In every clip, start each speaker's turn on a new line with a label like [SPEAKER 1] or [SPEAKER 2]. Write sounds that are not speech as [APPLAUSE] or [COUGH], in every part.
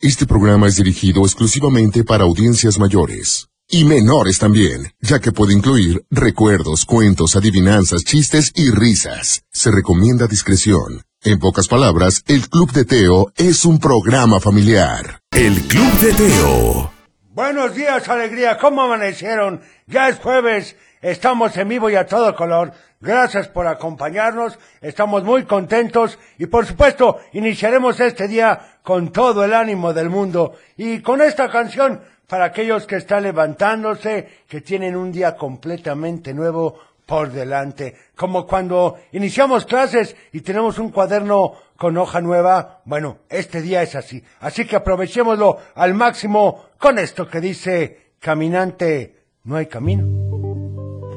[SPEAKER 1] Este programa es dirigido exclusivamente para audiencias mayores. Y menores también, ya que puede incluir recuerdos, cuentos, adivinanzas, chistes y risas. Se recomienda discreción. En pocas palabras, el Club de Teo es un programa familiar.
[SPEAKER 2] El Club de Teo.
[SPEAKER 3] Buenos días, alegría. ¿Cómo amanecieron? Ya es jueves. Estamos en vivo y a todo color. Gracias por acompañarnos. Estamos muy contentos y por supuesto iniciaremos este día con todo el ánimo del mundo y con esta canción para aquellos que están levantándose, que tienen un día completamente nuevo por delante. Como cuando iniciamos clases y tenemos un cuaderno con hoja nueva. Bueno, este día es así. Así que aprovechémoslo al máximo con esto que dice, caminante, no hay camino.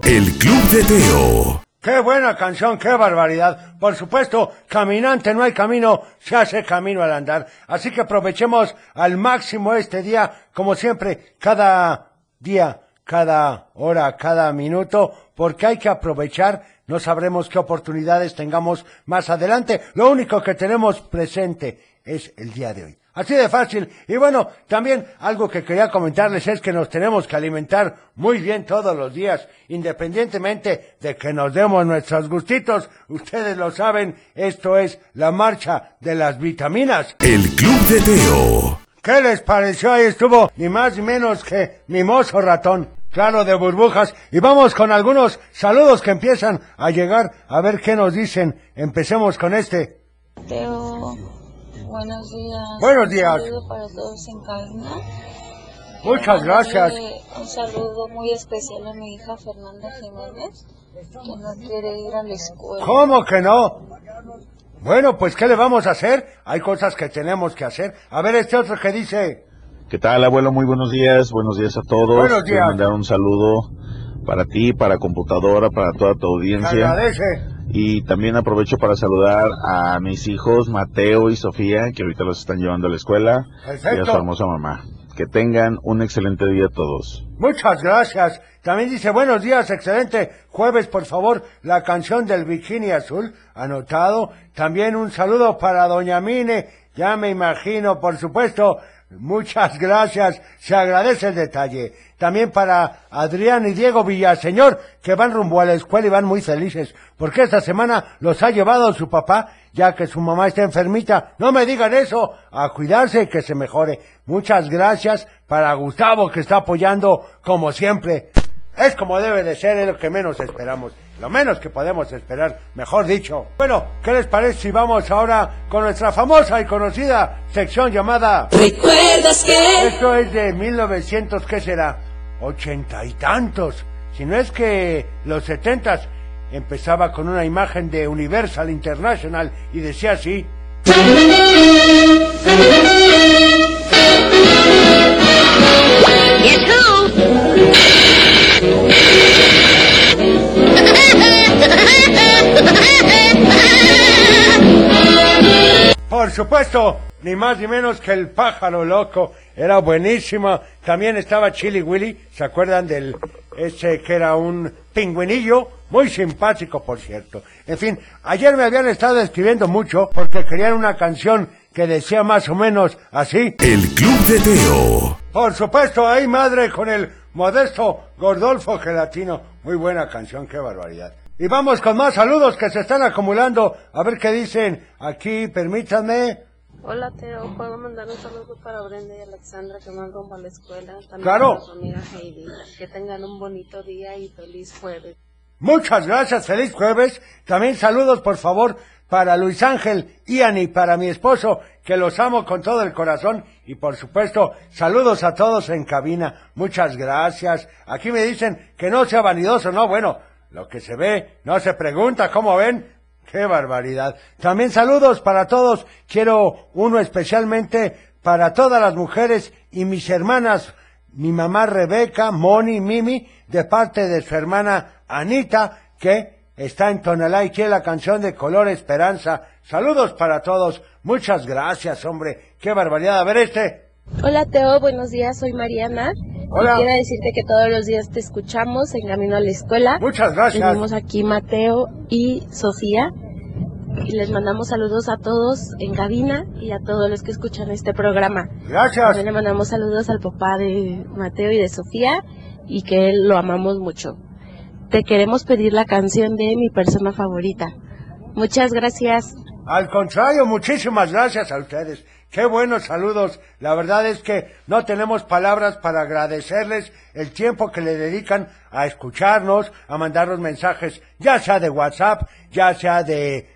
[SPEAKER 2] El Club de Teo.
[SPEAKER 3] Qué buena canción, qué barbaridad. Por supuesto, caminante no hay camino, se hace camino al andar. Así que aprovechemos al máximo este día, como siempre, cada día, cada hora, cada minuto, porque hay que aprovechar. No sabremos qué oportunidades tengamos más adelante. Lo único que tenemos presente es el día de hoy. Así de fácil. Y bueno, también algo que quería comentarles es que nos tenemos que alimentar muy bien todos los días, independientemente de que nos demos nuestros gustitos. Ustedes lo saben, esto es la marcha de las vitaminas.
[SPEAKER 2] El Club de Teo.
[SPEAKER 3] ¿Qué les pareció? Ahí estuvo ni más ni menos que Mimoso Ratón. Claro, de burbujas. Y vamos con algunos saludos que empiezan a llegar a ver qué nos dicen. Empecemos con este.
[SPEAKER 4] Teo, buenos días.
[SPEAKER 3] Buenos días.
[SPEAKER 4] Un saludo para todos en cabina.
[SPEAKER 3] Muchas gracias.
[SPEAKER 4] Mandarle Un saludo muy especial a mi hija Fernanda Jiménez, que no quiere ir a la escuela.
[SPEAKER 3] ¿Cómo que no? Bueno, pues ¿qué le vamos a hacer? Hay cosas que tenemos que hacer. A ver este otro que dice...
[SPEAKER 5] ¿Qué tal, abuelo? Muy buenos días, buenos días a todos.
[SPEAKER 3] Buenos
[SPEAKER 5] Quiero
[SPEAKER 3] días.
[SPEAKER 5] mandar un saludo para ti, para computadora, para toda tu
[SPEAKER 3] "Te
[SPEAKER 5] audiencia.
[SPEAKER 3] Agradece.
[SPEAKER 5] Y también aprovecho para saludar a mis hijos Mateo y Sofía, que ahorita los están llevando a la escuela, y a
[SPEAKER 3] Perfecto.
[SPEAKER 5] su hermosa mamá. Que tengan un excelente día todos.
[SPEAKER 3] Muchas gracias. También dice, buenos días, excelente. Jueves, por favor, la canción del bikini azul, anotado. También un saludo para Doña Mine, ya me imagino, por supuesto. Muchas gracias, se agradece el detalle. También para Adrián y Diego Villaseñor, que van rumbo a la escuela y van muy felices, porque esta semana los ha llevado su papá, ya que su mamá está enfermita. No me digan eso, a cuidarse y que se mejore. Muchas gracias para Gustavo, que está apoyando como siempre. Es como debe de ser, es lo que menos esperamos. Lo menos que podemos esperar, mejor dicho. Bueno, ¿qué les parece si vamos ahora con nuestra famosa y conocida sección llamada...
[SPEAKER 6] ¿Recuerdas que?
[SPEAKER 3] Esto es de 1900, ¿qué será? Ochenta y tantos. Si no es que los setentas empezaba con una imagen de Universal International y decía así.
[SPEAKER 7] Guess who?
[SPEAKER 3] Por supuesto, ni más ni menos que el pájaro loco. Era buenísima. También estaba Chili Willy. ¿Se acuerdan del ese que era un pingüinillo? Muy simpático, por cierto. En fin, ayer me habían estado escribiendo mucho porque querían una canción que decía más o menos así.
[SPEAKER 2] El Club de Teo.
[SPEAKER 3] Por supuesto, ahí madre con el modesto Gordolfo Gelatino. Muy buena canción, qué barbaridad. Y vamos con más saludos que se están acumulando. A ver qué dicen. Aquí, permítanme.
[SPEAKER 4] Hola Teo, puedo mandar un saludo para Brenda y Alexandra que van rumbo a la escuela. También
[SPEAKER 3] Claro.
[SPEAKER 4] para su amiga Heidi. Que tengan un bonito día y feliz jueves.
[SPEAKER 3] Muchas gracias, feliz jueves. También saludos, por favor, para Luis Ángel, Ian y para mi esposo, que los amo con todo el corazón. Y por supuesto, saludos a todos en cabina. Muchas gracias. Aquí me dicen que no sea vanidoso, no, bueno, lo que se ve no se pregunta, ¿cómo ven? ¡Qué barbaridad! También saludos para todos. Quiero uno especialmente para todas las mujeres y mis hermanas, mi mamá Rebeca, Moni, Mimi, de parte de su hermana Anita, que está en Tonalá y quiere la canción de Color Esperanza. Saludos para todos. Muchas gracias, hombre. ¡Qué barbaridad! A ver este.
[SPEAKER 4] Hola Teo, buenos días, soy Mariana.
[SPEAKER 3] Hola.
[SPEAKER 4] Quiero decirte que todos los días te escuchamos en camino a la escuela.
[SPEAKER 3] Muchas gracias.
[SPEAKER 4] Tenemos aquí Mateo y Sofía. y les mandamos saludos a todos en cabina y a todos los que escuchan este programa.
[SPEAKER 3] Gracias.
[SPEAKER 4] También le mandamos saludos al papá de Mateo y de Sofía y que él lo amamos mucho. Te queremos pedir la canción de mi persona favorita. Muchas gracias.
[SPEAKER 3] Al contrario, muchísimas gracias a ustedes. Qué buenos saludos. La verdad es que no tenemos palabras para agradecerles el tiempo que le dedican a escucharnos, a mandarnos mensajes, ya sea de WhatsApp, ya sea de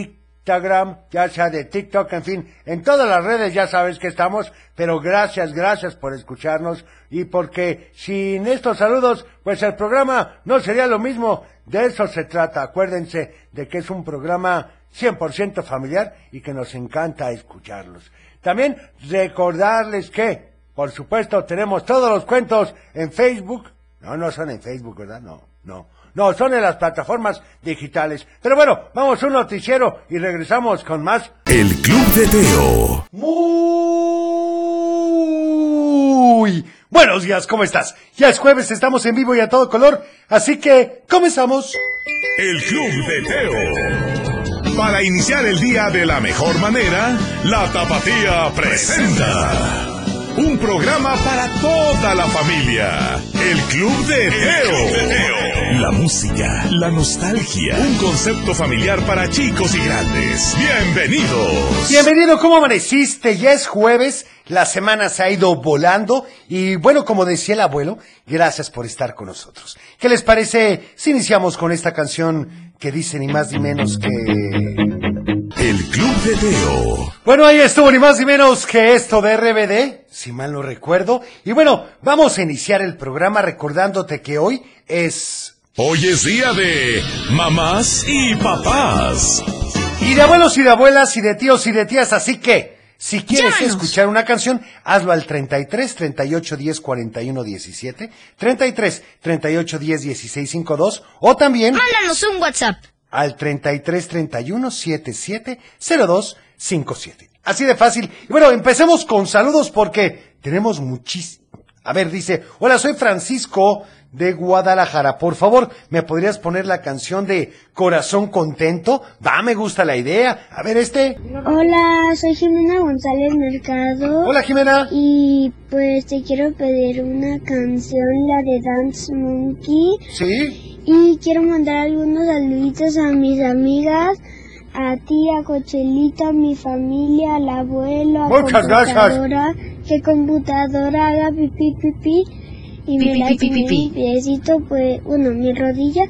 [SPEAKER 3] Instagram, ya sea de TikTok, en fin, en todas las redes ya sabes que estamos, pero gracias, gracias por escucharnos y porque sin estos saludos, pues el programa no sería lo mismo. De eso se trata, acuérdense de que es un programa 100% familiar y que nos encanta escucharlos. También recordarles que, por supuesto, tenemos todos los cuentos en Facebook. No, no son en Facebook, ¿verdad? No, no. No, son en las plataformas digitales. Pero bueno, vamos a un noticiero y regresamos con más.
[SPEAKER 2] El Club de Teo.
[SPEAKER 3] Muy buenos días, ¿cómo estás? Ya es jueves, estamos en vivo y a todo color, así que comenzamos.
[SPEAKER 2] El Club de Teo. Para iniciar el día de la mejor manera, la Tapatía presenta. Un programa para toda la familia. El Club de Teo. La música, la nostalgia. Un concepto familiar para chicos y grandes. Bienvenidos.
[SPEAKER 3] Bienvenido, ¿cómo amaneciste? Ya es jueves, la semana se ha ido volando y bueno, como decía el abuelo, gracias por estar con nosotros. ¿Qué les parece si iniciamos con esta canción que dice ni más ni menos que...
[SPEAKER 2] El Club de Teo.
[SPEAKER 3] Bueno, ahí estuvo ni más ni menos que esto de RBD, si mal no recuerdo. Y bueno, vamos a iniciar el programa recordándote que hoy es...
[SPEAKER 2] Hoy es día de mamás y papás.
[SPEAKER 3] Y de abuelos y de abuelas y de tíos y de tías, así que... Si quieres escuchar una canción, hazlo al 33 38 10 41 17, 33 38 10 16 52 o también
[SPEAKER 7] Mándanos un WhatsApp.
[SPEAKER 3] al 33 31 77 02 57. Así de fácil. Y bueno, empecemos con saludos porque tenemos muchísimo. A ver, dice, hola, soy Francisco de Guadalajara. Por favor, ¿me podrías poner la canción de Corazón Contento? Da, me gusta la idea. A ver, este.
[SPEAKER 8] Hola, soy Jimena González Mercado.
[SPEAKER 3] Hola, Jimena.
[SPEAKER 8] Y pues te quiero pedir una canción, la de Dance Monkey.
[SPEAKER 3] Sí.
[SPEAKER 8] Y quiero mandar algunos saluditos a mis amigas, a ti, a Cochelito, a mi familia, al abuelo, a
[SPEAKER 3] Muchas gracias.
[SPEAKER 8] computadora, que computadora haga pipi pipi y
[SPEAKER 7] Pi,
[SPEAKER 8] me
[SPEAKER 7] pi,
[SPEAKER 8] la
[SPEAKER 7] pi, pi, pi, pi.
[SPEAKER 8] mi piecito, pues, bueno, mi rodilla,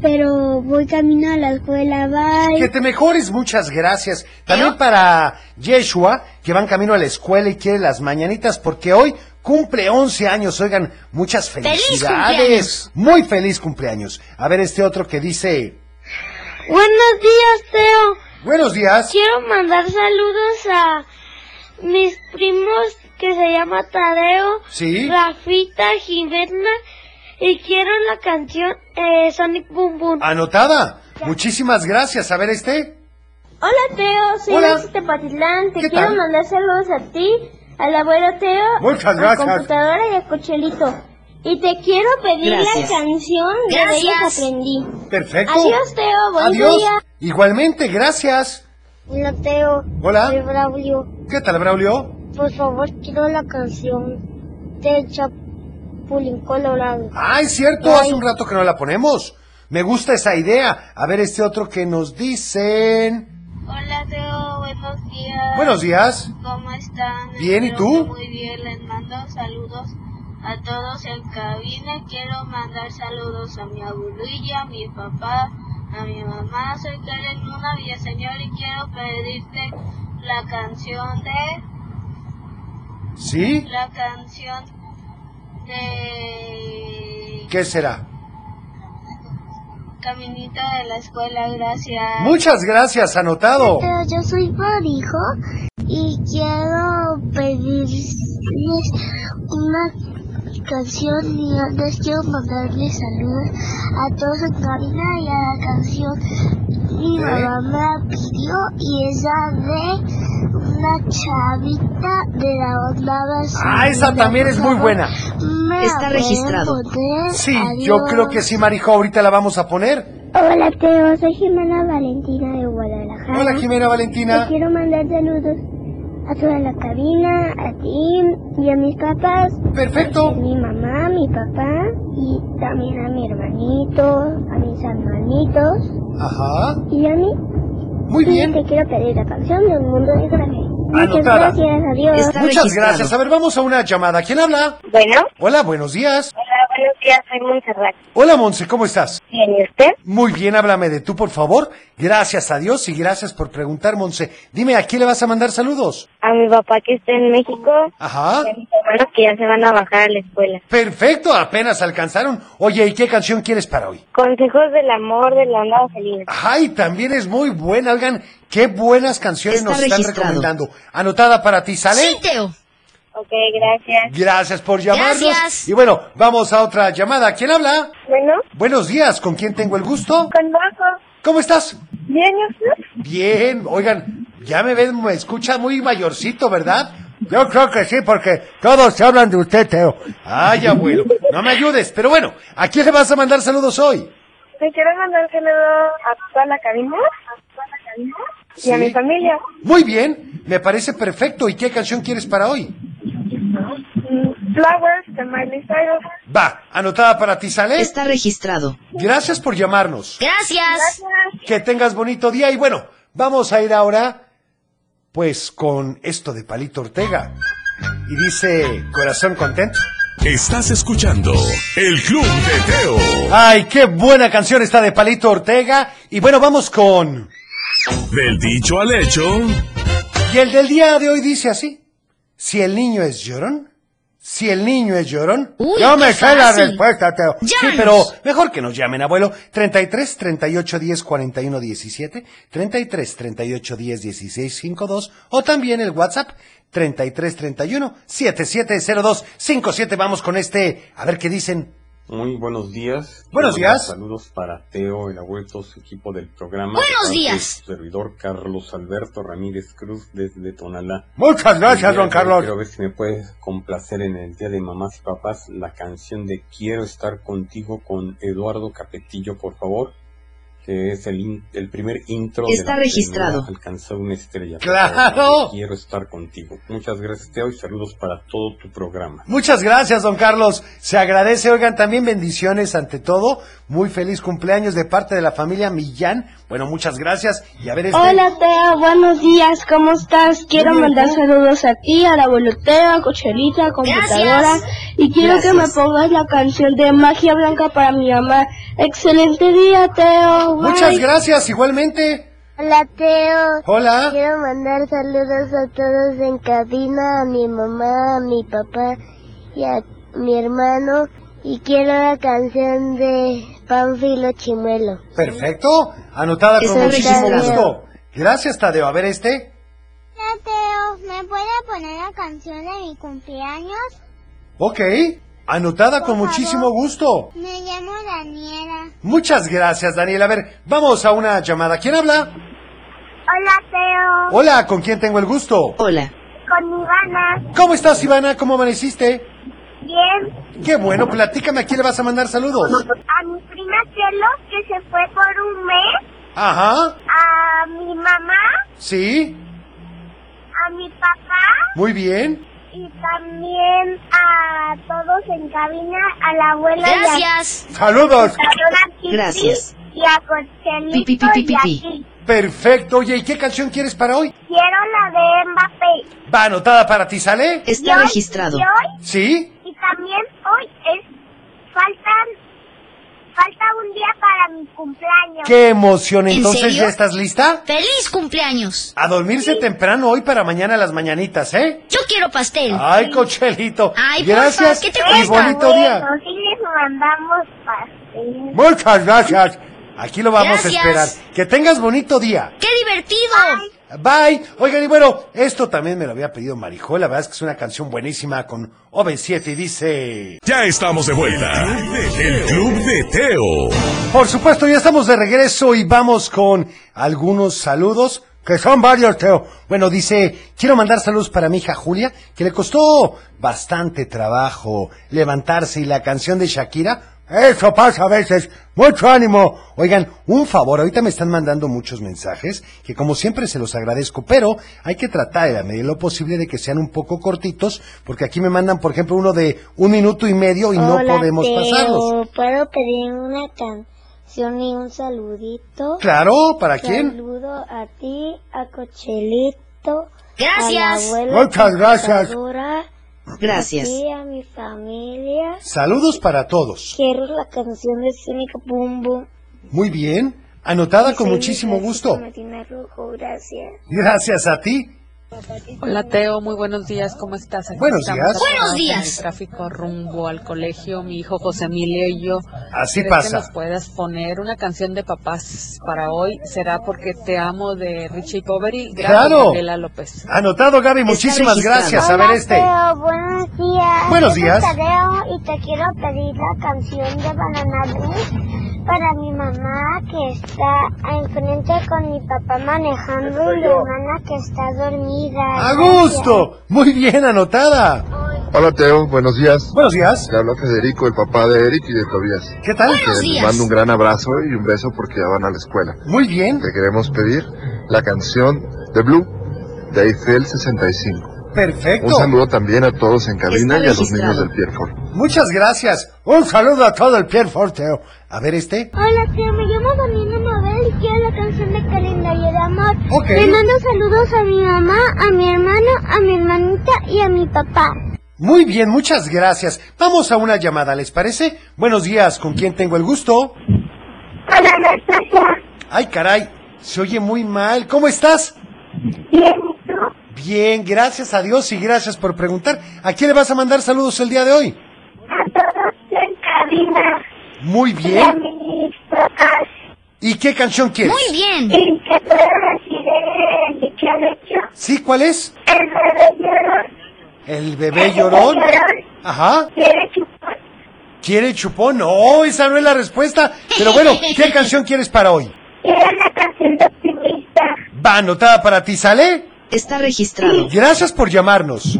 [SPEAKER 8] pero voy camino a la escuela, bye.
[SPEAKER 3] Que te mejores, muchas gracias. También para Yeshua, que van camino a la escuela y quiere las mañanitas, porque hoy cumple 11 años. Oigan, muchas felicidades.
[SPEAKER 7] cumpleaños!
[SPEAKER 3] Muy feliz cumpleaños. A ver este otro que dice,
[SPEAKER 8] Buenos días, Teo.
[SPEAKER 3] buenos días.
[SPEAKER 8] Quiero mandar saludos a mis primos que se llama Tadeo,
[SPEAKER 3] Sí.
[SPEAKER 8] Rafita, Jimena y quiero la canción eh, Sonic Boom Boom.
[SPEAKER 3] Ah. Anotada. Muchísimas gracias. A ver este.
[SPEAKER 8] Hola Teo, soy
[SPEAKER 3] Hola.
[SPEAKER 8] Nancy Tepatitlán, te
[SPEAKER 3] ¿Qué
[SPEAKER 8] quiero
[SPEAKER 3] tal?
[SPEAKER 8] mandar saludos a ti, al abuelo Teo,
[SPEAKER 3] Muchas
[SPEAKER 8] a
[SPEAKER 3] gracias.
[SPEAKER 8] computadora y a Cochelito. Y te quiero pedir
[SPEAKER 7] Gracias.
[SPEAKER 8] la canción de
[SPEAKER 7] Gracias.
[SPEAKER 8] Ellas Aprendí.
[SPEAKER 3] Perfecto.
[SPEAKER 8] Adiós Teo, buen
[SPEAKER 3] Adiós.
[SPEAKER 8] día.
[SPEAKER 3] Igualmente, gracias.
[SPEAKER 8] Hola Teo,
[SPEAKER 3] Hola.
[SPEAKER 8] soy Braulio.
[SPEAKER 3] ¿Qué tal, Braulio?
[SPEAKER 8] Por favor, quiero la canción de Chapulín Colorado.
[SPEAKER 3] Ay, Ah, cierto, hace un rato que no la ponemos. Me gusta esa idea. A ver este otro que nos dicen.
[SPEAKER 9] Hola, Teo, buenos días.
[SPEAKER 3] Buenos días.
[SPEAKER 9] ¿Cómo están?
[SPEAKER 3] Bien, ¿y
[SPEAKER 9] Espero
[SPEAKER 3] tú?
[SPEAKER 9] que Muy bien, les mando saludos a todos en cabina. Quiero mandar saludos a mi abuelilla, a mi papá, a mi mamá. Soy Karen Luna Villaseñor y quiero pedirte la canción de...
[SPEAKER 3] ¿Sí?
[SPEAKER 9] La canción de...
[SPEAKER 3] ¿Qué será?
[SPEAKER 9] Caminito de la escuela, gracias.
[SPEAKER 3] Muchas gracias, anotado.
[SPEAKER 8] yo soy Borijo y quiero pedirles una canción y antes quiero mandarles saludos a todos en cabina y a la canción mi
[SPEAKER 3] ¿Eh?
[SPEAKER 8] mamá me la pidió y es la de una chavita de la onda basura.
[SPEAKER 3] Ah, esa también es muy buena.
[SPEAKER 8] Me
[SPEAKER 7] Está
[SPEAKER 8] la pueden
[SPEAKER 7] registrado.
[SPEAKER 8] poner.
[SPEAKER 3] Sí, yo
[SPEAKER 8] Adiós.
[SPEAKER 3] creo que sí, Marijo, ahorita la vamos a poner.
[SPEAKER 8] Hola Teo, soy Jimena Valentina de Guadalajara.
[SPEAKER 3] Hola Jimena
[SPEAKER 8] Te
[SPEAKER 3] Valentina.
[SPEAKER 8] quiero mandar saludos a toda la cabina, a ti y a mis papás.
[SPEAKER 3] Perfecto.
[SPEAKER 8] A mi mamá, mi papá y también a mi hermanito, a mis hermanitos
[SPEAKER 3] Ajá.
[SPEAKER 8] y a mí.
[SPEAKER 3] Muy
[SPEAKER 8] Y
[SPEAKER 3] bien.
[SPEAKER 8] te quiero pedir la canción de Un Mundo de Grande. Muchas
[SPEAKER 3] Anotada.
[SPEAKER 8] gracias, adiós.
[SPEAKER 7] Está
[SPEAKER 3] Muchas
[SPEAKER 7] registrado.
[SPEAKER 3] gracias. A ver, vamos a una llamada. ¿Quién habla?
[SPEAKER 8] Bueno,
[SPEAKER 3] Hola, buenos días.
[SPEAKER 8] hola, buenos días, soy Montserrat.
[SPEAKER 3] Hola Monse, ¿cómo estás?
[SPEAKER 8] ¿Bien y usted?
[SPEAKER 3] Muy bien, háblame de tú, por favor. Gracias a Dios y gracias por preguntar, Monse. Dime, ¿a quién le vas a mandar saludos?
[SPEAKER 8] A mi papá que está en México
[SPEAKER 3] Ajá.
[SPEAKER 8] mis hermanos que ya se van a bajar a la escuela.
[SPEAKER 3] Perfecto, apenas alcanzaron. Oye, ¿y qué canción quieres para hoy?
[SPEAKER 8] Consejos del amor de la onda feliz.
[SPEAKER 3] Ay, también es muy buena, oigan, qué buenas canciones
[SPEAKER 7] Está
[SPEAKER 3] nos están
[SPEAKER 7] registrado.
[SPEAKER 3] recomendando. Anotada para ti, ¿sale?
[SPEAKER 7] Sí, ¿eh, Teo.
[SPEAKER 8] Ok, gracias.
[SPEAKER 3] Gracias por llamarnos.
[SPEAKER 7] Gracias.
[SPEAKER 3] Y bueno, vamos a otra llamada. ¿Quién habla?
[SPEAKER 8] Bueno,
[SPEAKER 3] Buenos días, ¿con quién tengo el gusto?
[SPEAKER 8] con bajo.
[SPEAKER 3] ¿Cómo estás?
[SPEAKER 8] ¿Bien y usted?
[SPEAKER 3] Bien, oigan, ya me ven, me escucha muy mayorcito, ¿verdad? Yo creo que sí, porque todos se hablan de usted, Teo. Ay, abuelo, no me ayudes, pero bueno, ¿a quién le vas a mandar saludos hoy?
[SPEAKER 8] Te quiero mandar saludos a toda la cabina. A toda la cabina.
[SPEAKER 3] Sí.
[SPEAKER 8] Y a mi familia.
[SPEAKER 3] Muy bien, me parece perfecto. ¿Y qué canción quieres para hoy?
[SPEAKER 8] Mm, Flowers de Miley Cyrus.
[SPEAKER 3] Va, anotada para ti, ¿sale?
[SPEAKER 7] Está registrado.
[SPEAKER 3] Gracias por llamarnos.
[SPEAKER 7] Gracias.
[SPEAKER 3] Que tengas bonito día y bueno, vamos a ir ahora pues con esto de Palito Ortega. Y dice, corazón contento.
[SPEAKER 2] Estás escuchando El Club de Teo.
[SPEAKER 3] Ay, qué buena canción está de Palito Ortega. Y bueno, vamos con...
[SPEAKER 2] Del dicho al hecho,
[SPEAKER 3] Y el del día de hoy dice así. Si el niño es llorón, si el niño es llorón,
[SPEAKER 7] Uy,
[SPEAKER 3] yo me
[SPEAKER 7] qué
[SPEAKER 3] sé la
[SPEAKER 7] fácil.
[SPEAKER 3] respuesta, Teo. Sí,
[SPEAKER 7] Llámanos.
[SPEAKER 3] pero mejor que nos llamen, abuelo. 33 38 10 41 17, 33 38 10 16 52 o también el WhatsApp 33 31 7702 57. Vamos con este, a ver qué dicen.
[SPEAKER 10] Muy buenos días.
[SPEAKER 3] Buenos
[SPEAKER 10] Quiero mandar
[SPEAKER 3] días.
[SPEAKER 10] Saludos para Teo, el abuelo, todo su equipo del programa.
[SPEAKER 7] Buenos
[SPEAKER 10] De parte de
[SPEAKER 7] días.
[SPEAKER 10] su servidor Carlos Alberto Ramírez Cruz desde Tonalá.
[SPEAKER 3] Muchas gracias, don
[SPEAKER 10] Quiero
[SPEAKER 3] Carlos.
[SPEAKER 10] ver si me puedes complacer en el Día de Mamás y Papás la canción de Quiero estar contigo con Eduardo Capetillo, por favor. Que es el, in- el primer intro
[SPEAKER 7] Está
[SPEAKER 10] de la
[SPEAKER 7] registrado.
[SPEAKER 10] telenovela Alcanzar una estrella. por
[SPEAKER 3] ¡Claro!
[SPEAKER 10] favor, de Quiero estar contigo. Muchas gracias, Teo, y saludos para todo tu programa.
[SPEAKER 3] Muchas gracias, don Carlos. Se agradece, oigan, también bendiciones ante todo. Muy feliz cumpleaños de parte de la familia Millán. Bueno, muchas gracias. Y a ver este.
[SPEAKER 8] Hola Teo, buenos días, ¿cómo estás? Quiero
[SPEAKER 3] Muy bien,
[SPEAKER 8] mandar
[SPEAKER 3] ¿tú?
[SPEAKER 8] saludos a ti, al abuelo Teo, a Cochelita, a computadora y quiero que me
[SPEAKER 7] Gracias.
[SPEAKER 8] pongas la canción de Magia Blanca para mi mamá. Excelente día Teo.
[SPEAKER 3] Muchas gracias, igualmente.
[SPEAKER 8] Hola Teo.
[SPEAKER 3] Hola.
[SPEAKER 8] Quiero mandar saludos a todos en cabina, a mi mamá, a mi papá y a mi hermano y quiero la canción de Panfilo Chimuelo.
[SPEAKER 3] Perfecto. Anotada con
[SPEAKER 7] Está
[SPEAKER 3] muchísimo
[SPEAKER 7] registrado.
[SPEAKER 3] gusto. Gracias, Tadeo. A ver este.
[SPEAKER 8] Hola Teo, ¿me puede poner la canción de mi cumpleaños?
[SPEAKER 3] Ok. Anotada con muchísimo gusto.
[SPEAKER 8] Me llamo Daniela.
[SPEAKER 3] Muchas gracias, Daniel. A ver, vamos a una llamada. ¿Quién habla?
[SPEAKER 8] Hola Teo,
[SPEAKER 3] Hola, ¿con quién tengo el gusto?
[SPEAKER 7] Hola.
[SPEAKER 8] con Ivana.
[SPEAKER 3] ¿Cómo estás, Ivana? ¿Cómo amaneciste?
[SPEAKER 8] Bien.
[SPEAKER 3] Qué bueno, platícame, ¿a quién le vas a mandar saludos?
[SPEAKER 8] A mi prima Chelo que se fue por un mes.
[SPEAKER 3] Ajá,
[SPEAKER 8] A mi mamá,
[SPEAKER 3] sí,
[SPEAKER 8] a mi papá
[SPEAKER 3] muy bien.
[SPEAKER 8] y también a todos en cabina, a la abuela y a
[SPEAKER 7] Gracias.
[SPEAKER 3] Saludos.
[SPEAKER 8] Carola Kitty
[SPEAKER 7] Gracias.
[SPEAKER 8] Y a
[SPEAKER 7] Pi, pi,
[SPEAKER 8] Cochelito
[SPEAKER 7] pi, pi,
[SPEAKER 8] y a
[SPEAKER 7] pi.
[SPEAKER 8] ti.
[SPEAKER 3] Perfecto, oye, ¿y qué canción quieres para hoy?
[SPEAKER 8] Quiero la de Mbappé.
[SPEAKER 3] Va anotada para ti, ¿sale?
[SPEAKER 8] Y
[SPEAKER 7] Está
[SPEAKER 8] hoy-
[SPEAKER 7] registrado.
[SPEAKER 8] Y hoy
[SPEAKER 3] Sí,
[SPEAKER 8] Y también hoy es faltan falta un día para mi cumpleaños.
[SPEAKER 3] qué emoción.
[SPEAKER 7] ¿En
[SPEAKER 3] Entonces,
[SPEAKER 7] serio?
[SPEAKER 3] ¿ya estás lista?
[SPEAKER 7] ¡Feliz cumpleaños!
[SPEAKER 3] A dormirse temprano hoy para mañana las mañanitas, ¿eh?
[SPEAKER 7] Yo quiero pastel.
[SPEAKER 3] Ay, cochelito.
[SPEAKER 7] Ay, porfa,
[SPEAKER 3] gracias.
[SPEAKER 7] ¿qué te
[SPEAKER 3] y
[SPEAKER 7] cuesta?
[SPEAKER 3] bonito día.
[SPEAKER 8] Sí les mandamos pastel.
[SPEAKER 3] Muchas gracias. Aquí lo vamos
[SPEAKER 7] Gracias.
[SPEAKER 3] a esperar. Que tengas bonito día.
[SPEAKER 7] ¡Qué divertido!
[SPEAKER 3] Bye. Oigan, y bueno, esto también me lo había pedido Marijo. La verdad es que es una canción buenísima con OV7 y dice...
[SPEAKER 2] ya estamos de vuelta. El Club de Teo.
[SPEAKER 3] Por supuesto, ya estamos de regreso y vamos con algunos saludos, que son varios, Teo. Bueno, dice, quiero mandar saludos para mi hija Julia, que le costó bastante trabajo levantarse y la canción de Shakira
[SPEAKER 11] Eso pasa a veces. Mucho ánimo.
[SPEAKER 3] Oigan, un favor, ahorita me están mandando muchos mensajes, que como siempre se los agradezco, pero hay que tratar en la medida de lo posible de que sean un poco cortitos, porque aquí me mandan, por ejemplo, uno de un minuto y medio y no
[SPEAKER 8] Hola,
[SPEAKER 3] podemos
[SPEAKER 8] Teo,
[SPEAKER 3] pasarlos.
[SPEAKER 8] ¿Puedo pedir una canción y un saludito?
[SPEAKER 3] Claro, ¿para quién?
[SPEAKER 8] Saludo a ti, a Cochelito.
[SPEAKER 7] Gracias.
[SPEAKER 8] A la abuela
[SPEAKER 3] Muchas gracias.
[SPEAKER 8] contadora,
[SPEAKER 3] Gracias.
[SPEAKER 8] A ti, a mi familia.
[SPEAKER 3] Saludos para todos.
[SPEAKER 8] Quiero la canción de Sónica Boom Boom.
[SPEAKER 3] Muy bien, anotada con
[SPEAKER 8] Soy
[SPEAKER 3] muchísimo
[SPEAKER 8] Francisco
[SPEAKER 3] gusto.
[SPEAKER 8] Medina Rojo, gracias.
[SPEAKER 3] Gracias a ti.
[SPEAKER 12] Hola Teo, muy buenos días, ¿cómo estás? Aquí
[SPEAKER 3] Buenos
[SPEAKER 12] estamos
[SPEAKER 3] días.
[SPEAKER 12] atorados
[SPEAKER 3] Buenos días.
[SPEAKER 12] en el tráfico rumbo al colegio, mi hijo José Emilio y yo.
[SPEAKER 3] Así
[SPEAKER 12] ¿Crees
[SPEAKER 3] pasa.
[SPEAKER 12] que nos puedas poner una canción de papás para hoy? Será porque te amo de Richie Poveri. Gracias,
[SPEAKER 3] Claro.
[SPEAKER 12] Gabriela López.
[SPEAKER 3] Anotado, Gaby, muchísimas gracias. A ver
[SPEAKER 8] Hola,
[SPEAKER 3] este.
[SPEAKER 8] Teo, buenos días.
[SPEAKER 3] Buenos
[SPEAKER 8] Soy
[SPEAKER 3] días.
[SPEAKER 8] Tadeo y te quiero pedir la canción de Banana Blue para mi mamá que está enfrente con mi papá manejando y mi hermana que está dormida.
[SPEAKER 3] A gusto. Muy bien anotada.
[SPEAKER 13] Hola Teo, buenos días.
[SPEAKER 3] Buenos días.
[SPEAKER 13] Te habla Federico, el papá de Eric y de Tobías.
[SPEAKER 3] ¿Qué tal? Buenos
[SPEAKER 13] Te
[SPEAKER 3] días.
[SPEAKER 13] mando un gran abrazo y un beso porque ya van a la escuela.
[SPEAKER 3] Muy bien.
[SPEAKER 13] Te queremos pedir la canción de Blue de Eiffel 65.
[SPEAKER 3] Perfecto.
[SPEAKER 13] Un saludo también a todos en cabina
[SPEAKER 3] Está
[SPEAKER 13] y a los
[SPEAKER 3] registrado.
[SPEAKER 13] niños del Pierfort.
[SPEAKER 3] Muchas gracias. Un saludo a todo el Pierfort, Teo. A ver este.
[SPEAKER 8] Hola, tío, me llamo Daniela Mabel y quiero la canción de Calendario de Amor.
[SPEAKER 3] Ok.
[SPEAKER 8] Le mando saludos a mi mamá, a mi hermano, a mi hermanita y a mi papá.
[SPEAKER 3] Muy bien, muchas gracias. Vamos a una llamada, ¿les parece? Buenos días, ¿con quién tengo el gusto? Ay, caray, se oye muy mal. ¿Cómo estás? Bien. Bien, gracias a Dios y gracias por preguntar. ¿A quién le vas a mandar saludos el día de hoy? Muy bien. ¿Y qué canción quieres?
[SPEAKER 7] Muy bien.
[SPEAKER 3] ¿Sí? ¿Cuál es? El bebé llorón. Ajá. ¿Quiere chupón? No, esa no es la respuesta. Pero bueno, ¿qué canción quieres para hoy? Va anotada para ti, ¿sale? Está registrado. Gracias por llamarnos.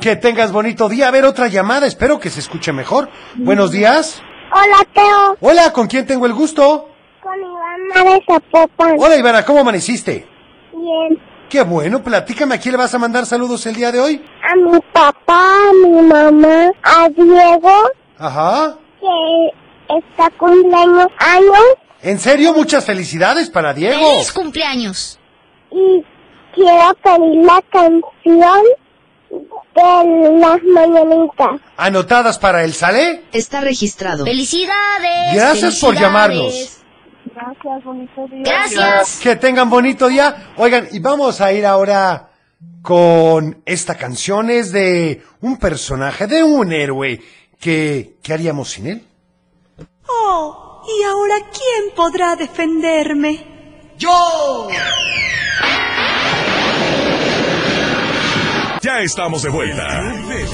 [SPEAKER 3] Que tengas bonito día. A ver, otra llamada. Espero que se escuche mejor. Buenos días.
[SPEAKER 8] Hola, Teo.
[SPEAKER 3] Hola, ¿con quién tengo el gusto?
[SPEAKER 8] Con Ivana de Zapopan.
[SPEAKER 3] Hola, Ivana, ¿cómo amaneciste?
[SPEAKER 8] Bien.
[SPEAKER 3] Qué bueno, platícame, ¿a quién le vas a mandar saludos el día de hoy?
[SPEAKER 8] A mi papá, a mi mamá, a Diego,
[SPEAKER 3] Ajá.
[SPEAKER 8] que está cumpleaños años,
[SPEAKER 3] En serio, muchas felicidades para Diego.
[SPEAKER 8] cumpleaños! Y quiero pedir la canción de las mañanitas.
[SPEAKER 3] Anotadas para el Sale.
[SPEAKER 8] Está registrado.
[SPEAKER 7] ¡Felicidades!
[SPEAKER 3] Gracias por llamarnos.
[SPEAKER 8] Gracias, bonito día.
[SPEAKER 3] Que tengan bonito día. Oigan, y vamos a ir ahora con esta canción. Es de un personaje, de un héroe. Que, ¿Qué haríamos sin él?
[SPEAKER 14] Oh, ¿y ahora quién podrá defenderme? ¡Yo!
[SPEAKER 2] Ya estamos de vuelta.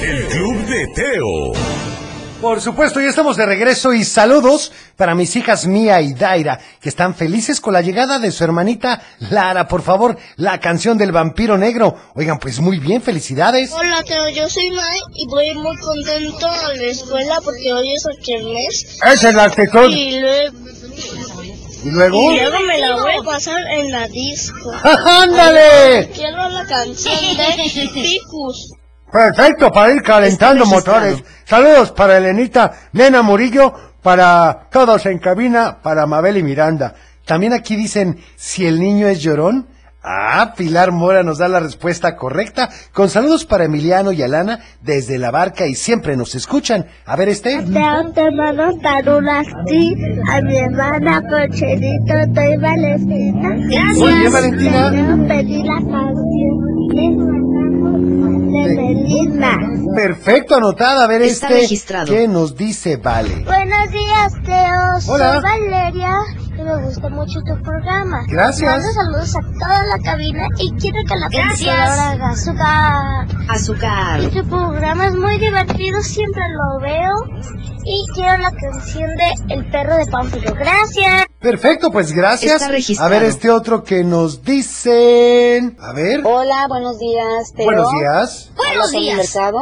[SPEAKER 2] El Club de Teo.
[SPEAKER 3] Por supuesto, ya estamos de regreso y saludos para mis hijas Mía y Daira, que están felices con la llegada de su hermanita Lara. Por favor, la canción del vampiro negro. Oigan, pues muy bien, felicidades.
[SPEAKER 15] Hola, Teo, yo soy Mai y voy muy contento a la escuela porque hoy es el kermés.
[SPEAKER 3] Esa es la actitud.
[SPEAKER 15] Y luego,
[SPEAKER 3] ¿Y luego?
[SPEAKER 15] y luego me la voy a pasar en la disco.
[SPEAKER 3] ¡Ándale!
[SPEAKER 15] Quiero la canción de Picus.
[SPEAKER 3] Perfecto, para ir calentando motores. Saludos para Elenita, Nena Murillo, para todos en cabina, para Mabel y Miranda. También aquí dicen, si el niño es llorón. Ah, Pilar Mora nos da la respuesta correcta. Con saludos para Emiliano y Alana desde la barca y siempre nos escuchan. A ver este.
[SPEAKER 8] Teo, te mando saludos a ti, a mi hermana Cochelito, soy Valentina.
[SPEAKER 3] Gracias. Muy bien, Valentina.
[SPEAKER 8] Quiero pedir la canción de Belinda.
[SPEAKER 3] Perfecto, anotada. A ver
[SPEAKER 8] Está
[SPEAKER 3] este.
[SPEAKER 8] registrado.
[SPEAKER 3] ¿Qué nos dice Vale?
[SPEAKER 8] Buenos días, Teo. Soy
[SPEAKER 3] Hola.
[SPEAKER 8] Valeria y me gusta mucho tu programa.
[SPEAKER 3] Gracias.
[SPEAKER 8] Mando saludos a toda la cabina y quiero que la
[SPEAKER 7] Gracias.
[SPEAKER 8] computadora haga azúcar. Azúcar. Y tu Este programa es muy divertido, siempre lo veo. Y quiero la canción de El perro de Pánfilo. Gracias.
[SPEAKER 3] Perfecto, pues gracias.
[SPEAKER 8] Está registrado.
[SPEAKER 3] A ver este otro que nos dicen. A ver.
[SPEAKER 4] Oh,
[SPEAKER 16] Hola, buenos días, Teo.
[SPEAKER 3] Buenos días.
[SPEAKER 16] Hola, soy Mercado.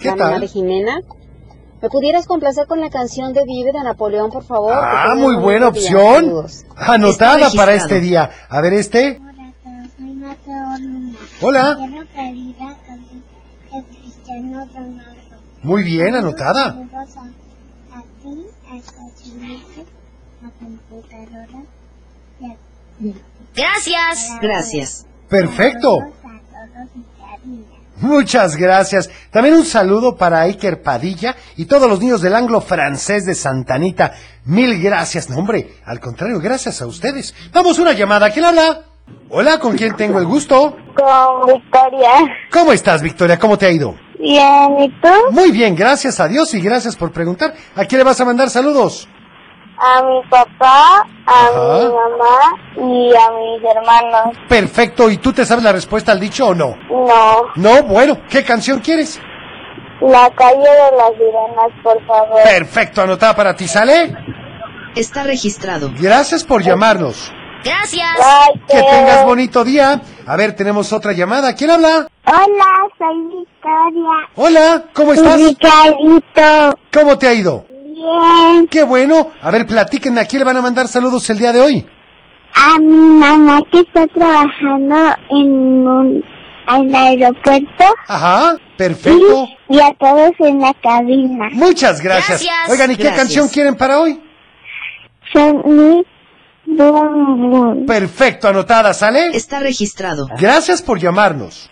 [SPEAKER 3] ¿Qué
[SPEAKER 16] la
[SPEAKER 3] tal?
[SPEAKER 16] mamá de Jimena. Me
[SPEAKER 4] ¿Me pudieras complacer con la canción de Vive de Napoleón, por favor?
[SPEAKER 3] Ah, muy buena opción. Anotada para este día. A ver este. Hola. Muy bien, anotada.
[SPEAKER 7] Gracias.
[SPEAKER 17] Gracias.
[SPEAKER 3] Perfecto. Muchas gracias. También un saludo para Iker Padilla y todos los niños del anglo francés de Santanita. Mil gracias. No, hombre, al contrario, gracias a ustedes. Vamos una llamada. ¿Quién habla? Hola, ¿con quién tengo el gusto?
[SPEAKER 8] Con Victoria.
[SPEAKER 3] ¿Cómo estás, Victoria? ¿Cómo te ha ido?
[SPEAKER 8] Bien, ¿y tú?
[SPEAKER 3] Muy bien, gracias a Dios y gracias por preguntar. ¿A quién le vas a mandar saludos?
[SPEAKER 8] A mi papá, a
[SPEAKER 3] Ajá.
[SPEAKER 8] mi mamá y a mis hermanos.
[SPEAKER 3] Perfecto, ¿y tú te sabes la respuesta al dicho o no?
[SPEAKER 8] No,
[SPEAKER 3] No, bueno, ¿qué canción quieres?
[SPEAKER 8] la calle de las sirenas, por favor.
[SPEAKER 3] Perfecto, anotada para ti, ¿sale?
[SPEAKER 17] Está registrado.
[SPEAKER 3] Gracias por llamarnos.
[SPEAKER 8] Gracias.
[SPEAKER 3] Que tengas bonito día. A ver, tenemos otra llamada. ¿Quién habla?
[SPEAKER 8] Hola, soy Victoria.
[SPEAKER 3] Hola, ¿cómo estás?
[SPEAKER 8] Ricardito.
[SPEAKER 3] ¿Cómo te ha ido?
[SPEAKER 8] Bien.
[SPEAKER 3] Qué bueno. A ver, platiquen, ¿a quién le van a mandar saludos el día de hoy?
[SPEAKER 8] A mi mamá que está trabajando en un en el aeropuerto
[SPEAKER 3] Ajá, perfecto.
[SPEAKER 8] y a todos en la cabina.
[SPEAKER 3] Muchas gracias.
[SPEAKER 8] Gracias.
[SPEAKER 3] Oigan, ¿y qué
[SPEAKER 8] Gracias.
[SPEAKER 3] canción quieren para hoy?
[SPEAKER 8] Sonic Boom Boom.
[SPEAKER 3] Perfecto, anotada, ¿sale?
[SPEAKER 17] Está registrado.
[SPEAKER 3] Gracias por llamarnos.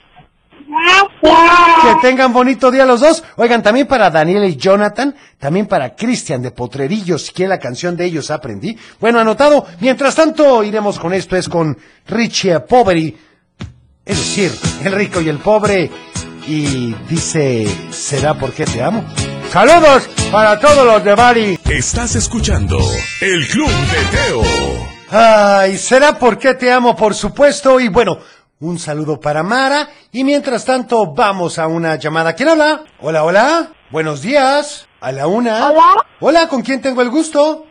[SPEAKER 8] Gracias.
[SPEAKER 3] Que tengan bonito día los dos. Oigan, también para Daniel y Jonathan, también para Cristian de Potrerillos, que la canción de ellos aprendí. Bueno, anotado. Mientras tanto, iremos con esto, es con Richie Poveri. Es decir, el rico y el pobre. Y dice, ¿será porque te amo? Saludos para todos los de Bari.
[SPEAKER 2] Estás escuchando El Club de Teo.
[SPEAKER 3] Ay, será porque te amo, por supuesto. Y bueno, un saludo para Mara. Y mientras tanto, vamos a una llamada. ¿Quién habla? Hola, hola. Buenos días. A la una.
[SPEAKER 8] Hola.
[SPEAKER 3] Hola, ¿con quién tengo el gusto?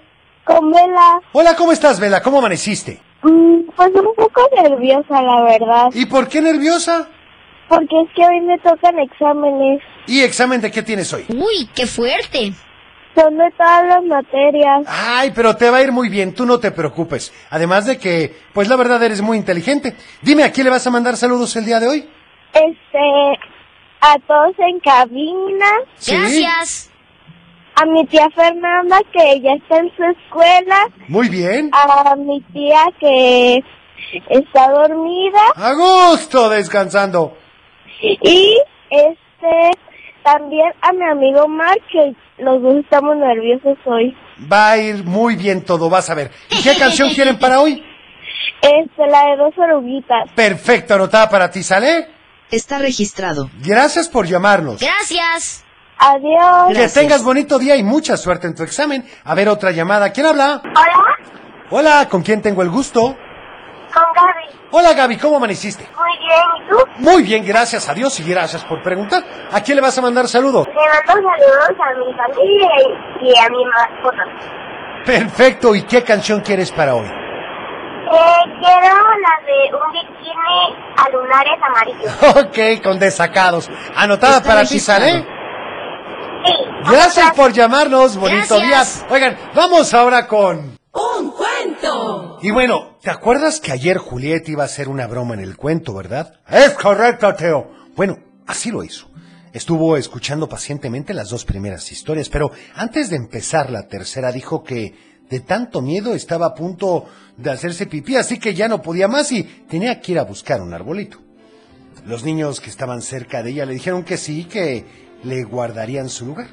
[SPEAKER 8] Con vela.
[SPEAKER 3] Hola, ¿cómo estás, Vela? ¿Cómo amaneciste?
[SPEAKER 8] Mm, Pues un poco nerviosa, la verdad.
[SPEAKER 3] ¿Y por qué nerviosa?
[SPEAKER 8] Porque es que hoy me tocan exámenes.
[SPEAKER 3] ¿Y examen de qué tienes hoy?
[SPEAKER 8] Uy, qué fuerte. Son de todas las materias.
[SPEAKER 3] Ay, pero te va a ir muy bien, tú no te preocupes. Además de que, pues la verdad eres muy inteligente. Dime, ¿a quién le vas a mandar saludos el día de hoy?
[SPEAKER 8] Este, a todos en cabina.
[SPEAKER 3] Sí. Gracias.
[SPEAKER 8] A mi tía Fernanda que ya está en su escuela.
[SPEAKER 3] Muy bien.
[SPEAKER 8] A mi tía que está dormida.
[SPEAKER 3] A gusto, descansando.
[SPEAKER 8] Y este, también a mi amigo Mark que los dos estamos nerviosos hoy.
[SPEAKER 3] Va a ir muy bien todo, vas a ver. ¿Y qué canción quieren para hoy?
[SPEAKER 8] Este, la de dos oruguitas.
[SPEAKER 3] Perfecto, anotada para ti, ¿sale?
[SPEAKER 17] Está registrado.
[SPEAKER 3] Gracias por llamarnos.
[SPEAKER 8] Gracias. Adiós.
[SPEAKER 3] Que tengas bonito día y mucha suerte en tu examen. A ver, otra llamada. ¿Quién habla?
[SPEAKER 8] Hola,
[SPEAKER 3] Hola, ¿con quién tengo el gusto?
[SPEAKER 8] con Gaby.
[SPEAKER 3] Hola, Gaby, ¿cómo amaneciste?
[SPEAKER 8] Muy bien, ¿y tú?
[SPEAKER 3] Muy bien, gracias a Dios y gracias por preguntar. ¿A quién le vas a mandar saludo?
[SPEAKER 8] Le mando saludos a mi familia y, y a mi mascota.
[SPEAKER 3] Perfecto, ¿y qué canción quieres para hoy? [LAUGHS]
[SPEAKER 8] Eh, quiero la de un bikini a lunares amarillos.
[SPEAKER 3] Ok, con desacados. Anotada
[SPEAKER 8] Está
[SPEAKER 3] para ti,
[SPEAKER 8] registrado.
[SPEAKER 3] ¿sale?
[SPEAKER 8] Sí.
[SPEAKER 3] Gracias por llamarnos, bonito
[SPEAKER 8] Gracias.
[SPEAKER 3] día. Oigan, vamos ahora con...
[SPEAKER 17] Un cuento.
[SPEAKER 3] Y bueno, ¿te acuerdas que ayer Julieta iba a hacer una broma en el cuento, verdad? Es correcto, Teo. Bueno, así lo hizo. Estuvo escuchando pacientemente las dos primeras historias, pero antes de empezar la tercera dijo que de tanto miedo estaba a punto de hacerse pipí, así que ya no podía más y tenía que ir a buscar un arbolito. Los niños que estaban cerca de ella le dijeron que sí, que le guardarían su lugar.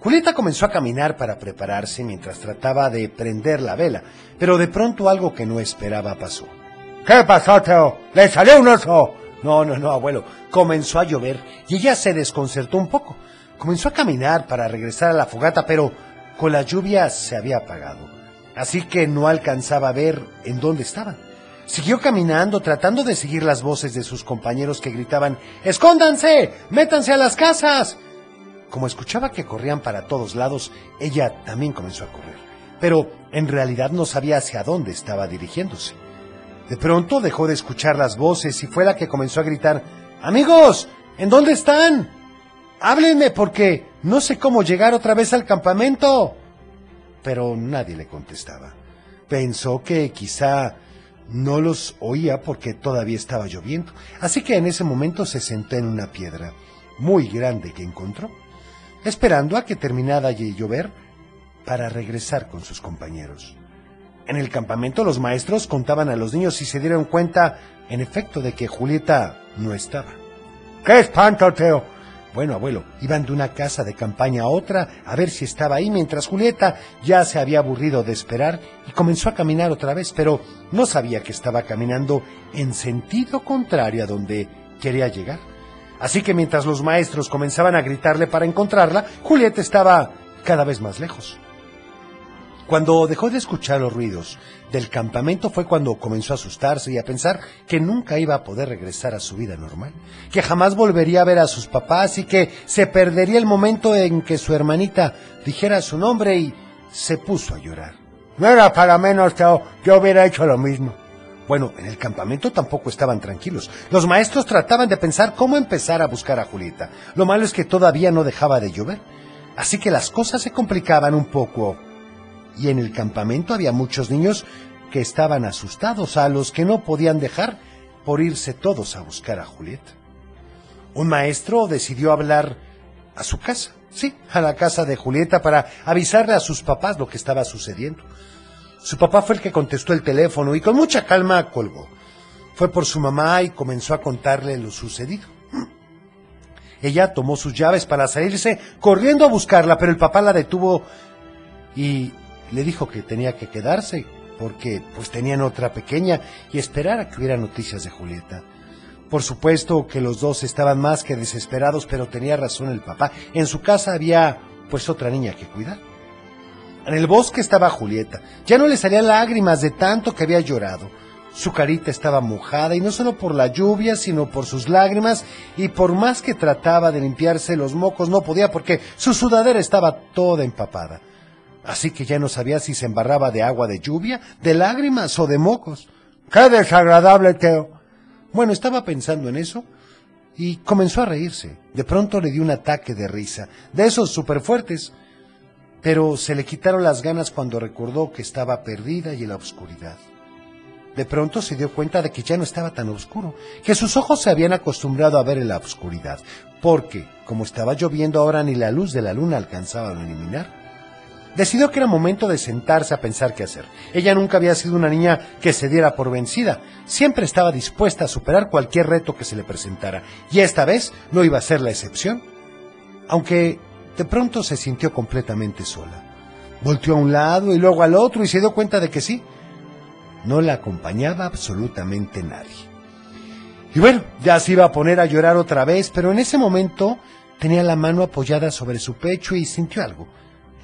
[SPEAKER 3] Julieta comenzó a caminar para prepararse mientras trataba de prender la vela, pero de pronto algo que no esperaba pasó. ¿Qué pasó, Teo? ¿Le salió un oso? No, no, no, abuelo. Comenzó a llover y ella se desconcertó un poco. Comenzó a caminar para regresar a la fogata, pero con la lluvia se había apagado. Así que no alcanzaba a ver en dónde estaban. Siguió caminando, tratando de seguir las voces de sus compañeros que gritaban, ¡Escóndanse! ¡Métanse a las casas! Como escuchaba que corrían para todos lados, ella también comenzó a correr, pero en realidad no sabía hacia dónde estaba dirigiéndose. De pronto dejó de escuchar las voces y fue la que comenzó a gritar, Amigos, ¿en dónde están? Háblenme porque No sé cómo llegar otra vez al campamento. Pero nadie le contestaba. Pensó que quizá no los oía porque todavía estaba lloviendo. Así que en ese momento se sentó en una piedra muy grande que encontró, esperando a que terminara de llover para regresar con sus compañeros. En el campamento los maestros contaban a los niños y se dieron cuenta, en efecto, de que Julieta no estaba.
[SPEAKER 11] ¡Qué espanto, Teo!
[SPEAKER 3] Bueno, abuelo, iban de una casa de campaña a otra a ver si estaba ahí, mientras Julieta ya se había aburrido de esperar y comenzó a caminar otra vez, pero no sabía que estaba caminando en sentido contrario a donde quería llegar. Así que mientras los maestros comenzaban a gritarle para encontrarla, Julieta estaba cada vez más lejos. Cuando dejó de escuchar los ruidos del campamento fue cuando comenzó a asustarse y a pensar que nunca iba a poder regresar a su vida normal, que jamás volvería a ver a sus papás y que se perdería el momento en que su hermanita dijera su nombre y se puso a llorar.
[SPEAKER 11] No era para menos, Teo, yo hubiera hecho lo mismo.
[SPEAKER 3] Bueno, en el campamento tampoco estaban tranquilos. Los maestros trataban de pensar cómo empezar a buscar a Julieta. Lo malo es que todavía no dejaba de llover. Así que las cosas se complicaban un poco y en el campamento había muchos niños que estaban asustados, a los que no podían dejar por irse todos a buscar a Julieta. Un maestro decidió hablar a su casa, sí, a la casa de Julieta para avisarle a sus papás lo que estaba sucediendo. Su papá fue el que contestó el teléfono y con mucha calma colgó. Fue por su mamá y comenzó a contarle lo sucedido. Ella tomó sus llaves para salirse corriendo a buscarla, pero el papá la detuvo y le dijo que tenía que quedarse porque pues tenían otra pequeña y esperar a que hubiera noticias de Julieta. Por supuesto que los dos estaban más que desesperados, pero tenía razón el papá. En su casa había pues otra niña que cuidar. En el bosque estaba Julieta. Ya no le salían lágrimas de tanto que había llorado. Su carita estaba mojada y no solo por la lluvia, sino por sus lágrimas y por más que trataba de limpiarse los mocos no podía porque su sudadera estaba toda empapada así que ya no sabía si se embarraba de agua de lluvia, de lágrimas o de mocos.
[SPEAKER 11] ¡Qué desagradable, Teo!
[SPEAKER 3] Bueno, estaba pensando en eso y comenzó a reírse. De pronto le dio un ataque de risa, de esos súper fuertes, pero se le quitaron las ganas cuando recordó que estaba perdida y en la oscuridad. De pronto se dio cuenta de que ya no estaba tan oscuro, que sus ojos se habían acostumbrado a ver en la oscuridad, porque, como estaba lloviendo ahora, ni la luz de la luna alcanzaba a iluminar. Decidió que era momento de sentarse a pensar qué hacer. Ella nunca había sido una niña que se diera por vencida. Siempre estaba dispuesta a superar cualquier reto que se le presentara. Y esta vez no iba a ser la excepción. Aunque de pronto se sintió completamente sola. Volteó a un lado y luego al otro y se dio cuenta de que sí. No la acompañaba absolutamente nadie. Y bueno, ya se iba a poner a llorar otra vez, pero en ese momento tenía la mano apoyada sobre su pecho y sintió algo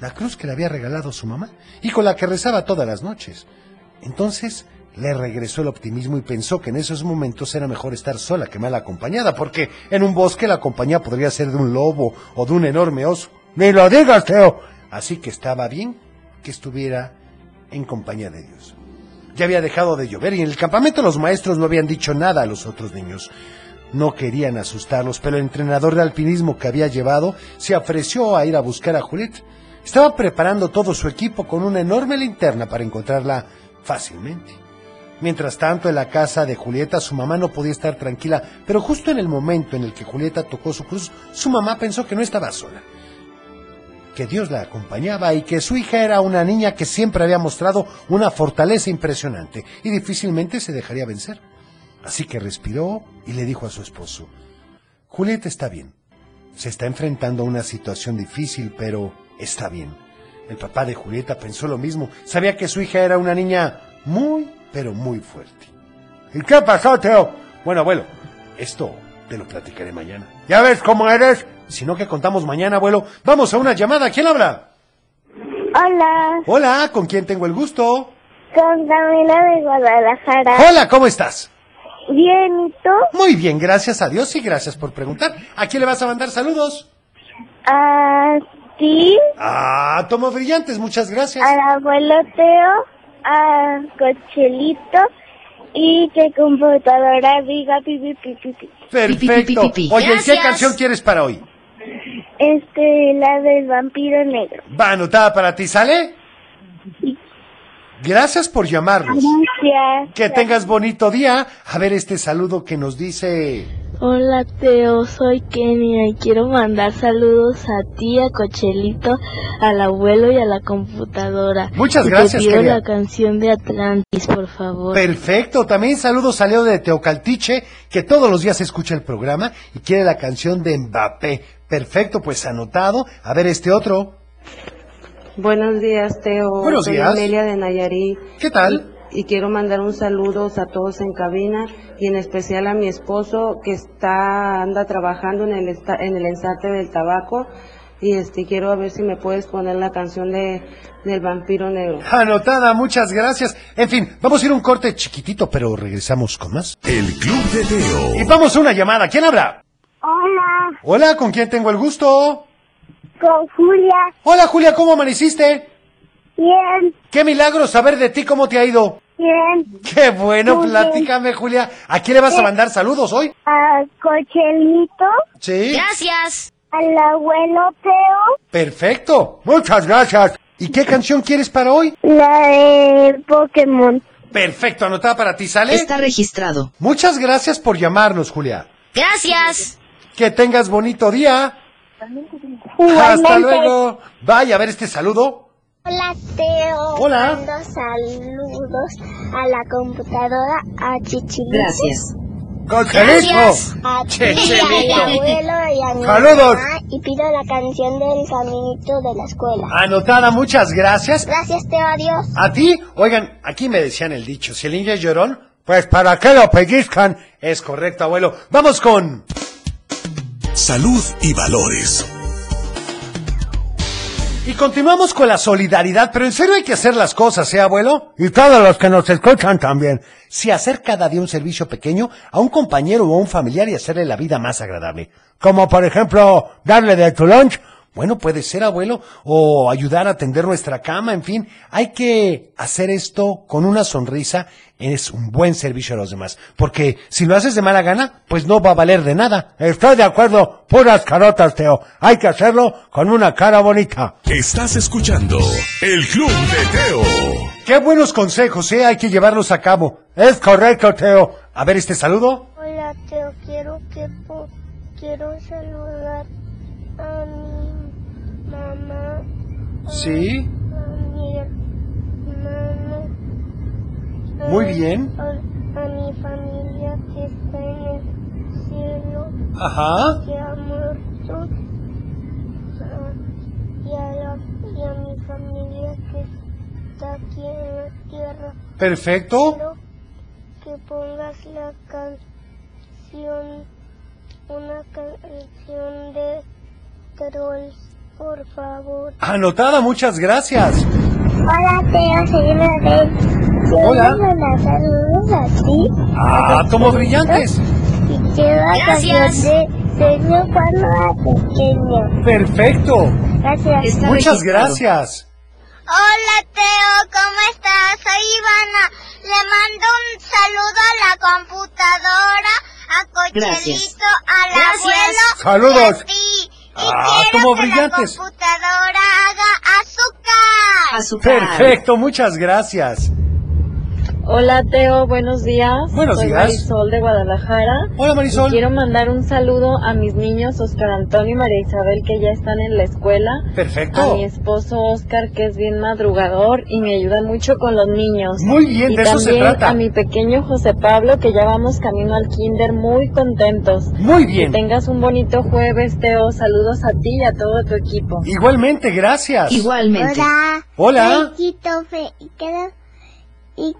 [SPEAKER 3] la cruz que le había regalado su mamá y con la que rezaba todas las noches. Entonces le regresó el optimismo y pensó que en esos momentos era mejor estar sola que mal acompañada, porque en un bosque la compañía podría ser de un lobo o de un enorme oso.
[SPEAKER 11] Ni lo digas, Teo.
[SPEAKER 3] Así que estaba bien que estuviera en compañía de Dios. Ya había dejado de llover y en el campamento los maestros no habían dicho nada a los otros niños. No querían asustarlos, pero el entrenador de alpinismo que había llevado se ofreció a ir a buscar a Juliet. Estaba preparando todo su equipo con una enorme linterna para encontrarla fácilmente. Mientras tanto, en la casa de Julieta su mamá no podía estar tranquila, pero justo en el momento en el que Julieta tocó su cruz, su mamá pensó que no estaba sola, que Dios la acompañaba y que su hija era una niña que siempre había mostrado una fortaleza impresionante y difícilmente se dejaría vencer. Así que respiró y le dijo a su esposo, Julieta está bien, se está enfrentando a una situación difícil, pero está bien. El papá de Julieta pensó lo mismo. Sabía que su hija era una niña muy, pero muy fuerte.
[SPEAKER 11] ¿Y qué pasó, Teo?
[SPEAKER 3] Bueno, abuelo, esto te lo platicaré mañana.
[SPEAKER 11] ¿Ya ves cómo eres?
[SPEAKER 3] Si no que contamos mañana, abuelo, vamos a una llamada. ¿Quién habla?
[SPEAKER 18] Hola.
[SPEAKER 3] Hola, ¿con quién tengo el gusto?
[SPEAKER 18] Con Camila de Guadalajara.
[SPEAKER 3] Hola, ¿cómo estás? Oh.
[SPEAKER 18] Bien, ¿y tú?
[SPEAKER 3] Muy bien, gracias a Dios y gracias por preguntar. ¿A quién le vas a mandar saludos?
[SPEAKER 18] A Sí.
[SPEAKER 3] Ah, tomo brillantes, muchas gracias.
[SPEAKER 18] Al abuelo Teo, a Cochelito y que computadora diga pipi pipi.
[SPEAKER 3] Perfecto. Oye, ¿qué canción quieres para hoy?
[SPEAKER 18] Este, la del vampiro negro.
[SPEAKER 3] Va anotada para ti, ¿sale? Gracias por llamarnos.
[SPEAKER 18] Gracias.
[SPEAKER 3] Que tengas bonito día. A ver este saludo que nos dice.
[SPEAKER 4] Hola Teo, soy Kenia y quiero mandar saludos a ti, a Cochelito, al abuelo y a la computadora.
[SPEAKER 3] Muchas
[SPEAKER 4] Y
[SPEAKER 3] gracias,
[SPEAKER 4] Te pido
[SPEAKER 3] Kenia.
[SPEAKER 4] la canción de Atlantis, por favor.
[SPEAKER 3] Perfecto, también saludos a Leo de Teocaltiche, que todos los días escucha el programa y quiere la canción de Mbappé. Perfecto, pues anotado. A ver este otro.
[SPEAKER 19] Buenos días, Teo.
[SPEAKER 3] Buenos
[SPEAKER 19] Soy
[SPEAKER 3] días.
[SPEAKER 19] Amelia de Nayarit.
[SPEAKER 3] ¿Qué tal?
[SPEAKER 19] Y, y quiero mandar un saludo a todos en cabina y en especial a mi esposo que está anda trabajando en el esta- en el ensate del tabaco y este quiero a ver si me puedes poner la canción de del vampiro negro.
[SPEAKER 3] Anotada, muchas gracias. En fin, vamos a ir a un corte chiquitito, pero regresamos con más.
[SPEAKER 2] El Club de Teo.
[SPEAKER 3] Y vamos a una llamada. ¿Quién habla?
[SPEAKER 18] Hola,
[SPEAKER 3] Hola, ¿con quién tengo el gusto?
[SPEAKER 18] con Julia.
[SPEAKER 3] Hola, Julia, ¿cómo amaneciste?
[SPEAKER 18] Bien,
[SPEAKER 3] Qué milagro saber de ti, ¿cómo te ha ido?
[SPEAKER 18] bien.
[SPEAKER 3] Qué bueno,
[SPEAKER 18] Muy bien. Eh.
[SPEAKER 3] platícame, Julia. ¿A quién le vas a mandar saludos hoy?
[SPEAKER 18] A Cochelito,
[SPEAKER 3] Sí.
[SPEAKER 7] Gracias.
[SPEAKER 18] al abuelo Teo,
[SPEAKER 3] Perfecto. Muchas gracias. ¿Y qué canción quieres para hoy?
[SPEAKER 18] la de Pokémon.
[SPEAKER 3] Perfecto, anotada para ti, ¿sale?
[SPEAKER 20] Está registrado.
[SPEAKER 3] Muchas gracias por llamarnos, Julia.
[SPEAKER 7] Gracias.
[SPEAKER 3] Que tengas bonito día. Hasta
[SPEAKER 18] Igualmente.
[SPEAKER 3] luego. Vaya a ver este saludo.
[SPEAKER 8] Hola Teo.
[SPEAKER 3] Hola.
[SPEAKER 8] Mando saludos a la computadora a Chichilito.
[SPEAKER 20] Gracias.
[SPEAKER 3] ¡Cochelito!
[SPEAKER 8] A ti,
[SPEAKER 3] Chicharito.
[SPEAKER 8] al abuelo y a mi
[SPEAKER 3] Saludos.
[SPEAKER 8] mamá y pido la canción del caminito de la escuela.
[SPEAKER 3] Anotada, muchas gracias.
[SPEAKER 8] Gracias Teo, adiós.
[SPEAKER 3] A ti, oigan, aquí me decían el dicho, si el niño es llorón, pues para qué lo pellizcan. Es correcto, abuelo. Vamos con...
[SPEAKER 2] Salud y valores.
[SPEAKER 3] Y continuamos con la solidaridad, pero en serio hay que hacer las cosas, ¿eh, abuelo? Y todos los que nos escuchan también. Si hacer cada día un servicio pequeño a un compañero o a un familiar y hacerle la vida más agradable. Como por ejemplo, darle de tu lunch. Bueno, puede ser, abuelo, o ayudar a tender nuestra cama, en fin. Hay que hacer esto con una sonrisa. Es un buen servicio a los demás. Porque si lo haces de mala gana, pues no va a valer de nada. Estoy de acuerdo. Puras carotas, Teo. Hay que hacerlo con una cara bonita.
[SPEAKER 2] Estás escuchando El Club de Teo.
[SPEAKER 3] Qué buenos consejos, ¿eh? Hay que llevarlos a cabo. Es correcto, Teo. A ver este saludo.
[SPEAKER 8] Hola Teo, quiero que po- quiero saludar a mi mamá,
[SPEAKER 3] Sí.
[SPEAKER 8] a mi hermano, a-
[SPEAKER 3] Muy bien.
[SPEAKER 8] a, a mi familia que está en el cielo,
[SPEAKER 3] Ajá.
[SPEAKER 8] que ha muerto, a- y, a la- y a mi familia que está aquí en la tierra.
[SPEAKER 3] Perfecto.
[SPEAKER 8] Quiero que pongas la canción, una canción de Trolls, por favor.
[SPEAKER 3] Anotada, muchas gracias.
[SPEAKER 8] Hola, Teo, soy Mabel.
[SPEAKER 3] Hola.
[SPEAKER 8] mandar saludos a ti.
[SPEAKER 3] Ah, como brillantes.
[SPEAKER 8] Y quiero la
[SPEAKER 7] Gracias.
[SPEAKER 8] canción de Señor cuando era pequeño.
[SPEAKER 3] Perfecto.
[SPEAKER 8] Gracias.
[SPEAKER 20] Está
[SPEAKER 3] Muchas
[SPEAKER 20] registrado.
[SPEAKER 3] gracias.
[SPEAKER 7] Hola Teo, ¿cómo estás? Soy Ivana. Le mando un saludo a la computadora, a
[SPEAKER 20] Gracias.
[SPEAKER 7] Cochelito, al
[SPEAKER 20] Gracias.
[SPEAKER 7] abuelo y a
[SPEAKER 3] Saludos.
[SPEAKER 7] ti. Y
[SPEAKER 3] Ah,
[SPEAKER 7] quiero
[SPEAKER 3] como
[SPEAKER 7] que
[SPEAKER 3] brillantes.
[SPEAKER 7] la computadora haga azúcar.
[SPEAKER 20] Azúcar.
[SPEAKER 3] Perfecto, muchas gracias.
[SPEAKER 21] Hola Teo, buenos días.
[SPEAKER 3] Buenos
[SPEAKER 21] Soy
[SPEAKER 3] días.
[SPEAKER 21] Marisol de Guadalajara.
[SPEAKER 3] Hola,
[SPEAKER 21] Y
[SPEAKER 3] Marisol.
[SPEAKER 21] quiero mandar un saludo a mis niños Oscar Antonio y María Isabel que ya están en la escuela. A
[SPEAKER 3] Perfecto.
[SPEAKER 21] mi esposo Oscar que es bien madrugador y me ayuda mucho con los niños.
[SPEAKER 3] Muy bien,
[SPEAKER 21] y
[SPEAKER 3] de eso se
[SPEAKER 21] también
[SPEAKER 3] trata.
[SPEAKER 21] A mi pequeño José Pablo que ya vamos camino al kinder muy contentos.
[SPEAKER 3] Muy bien.
[SPEAKER 21] Que tengas un bonito jueves Teo. Saludos a ti y a todo tu equipo.
[SPEAKER 3] Igualmente, gracias.
[SPEAKER 20] Igualmente.
[SPEAKER 8] Hola.
[SPEAKER 3] Hola.
[SPEAKER 8] Soy Christopher y quiero, y,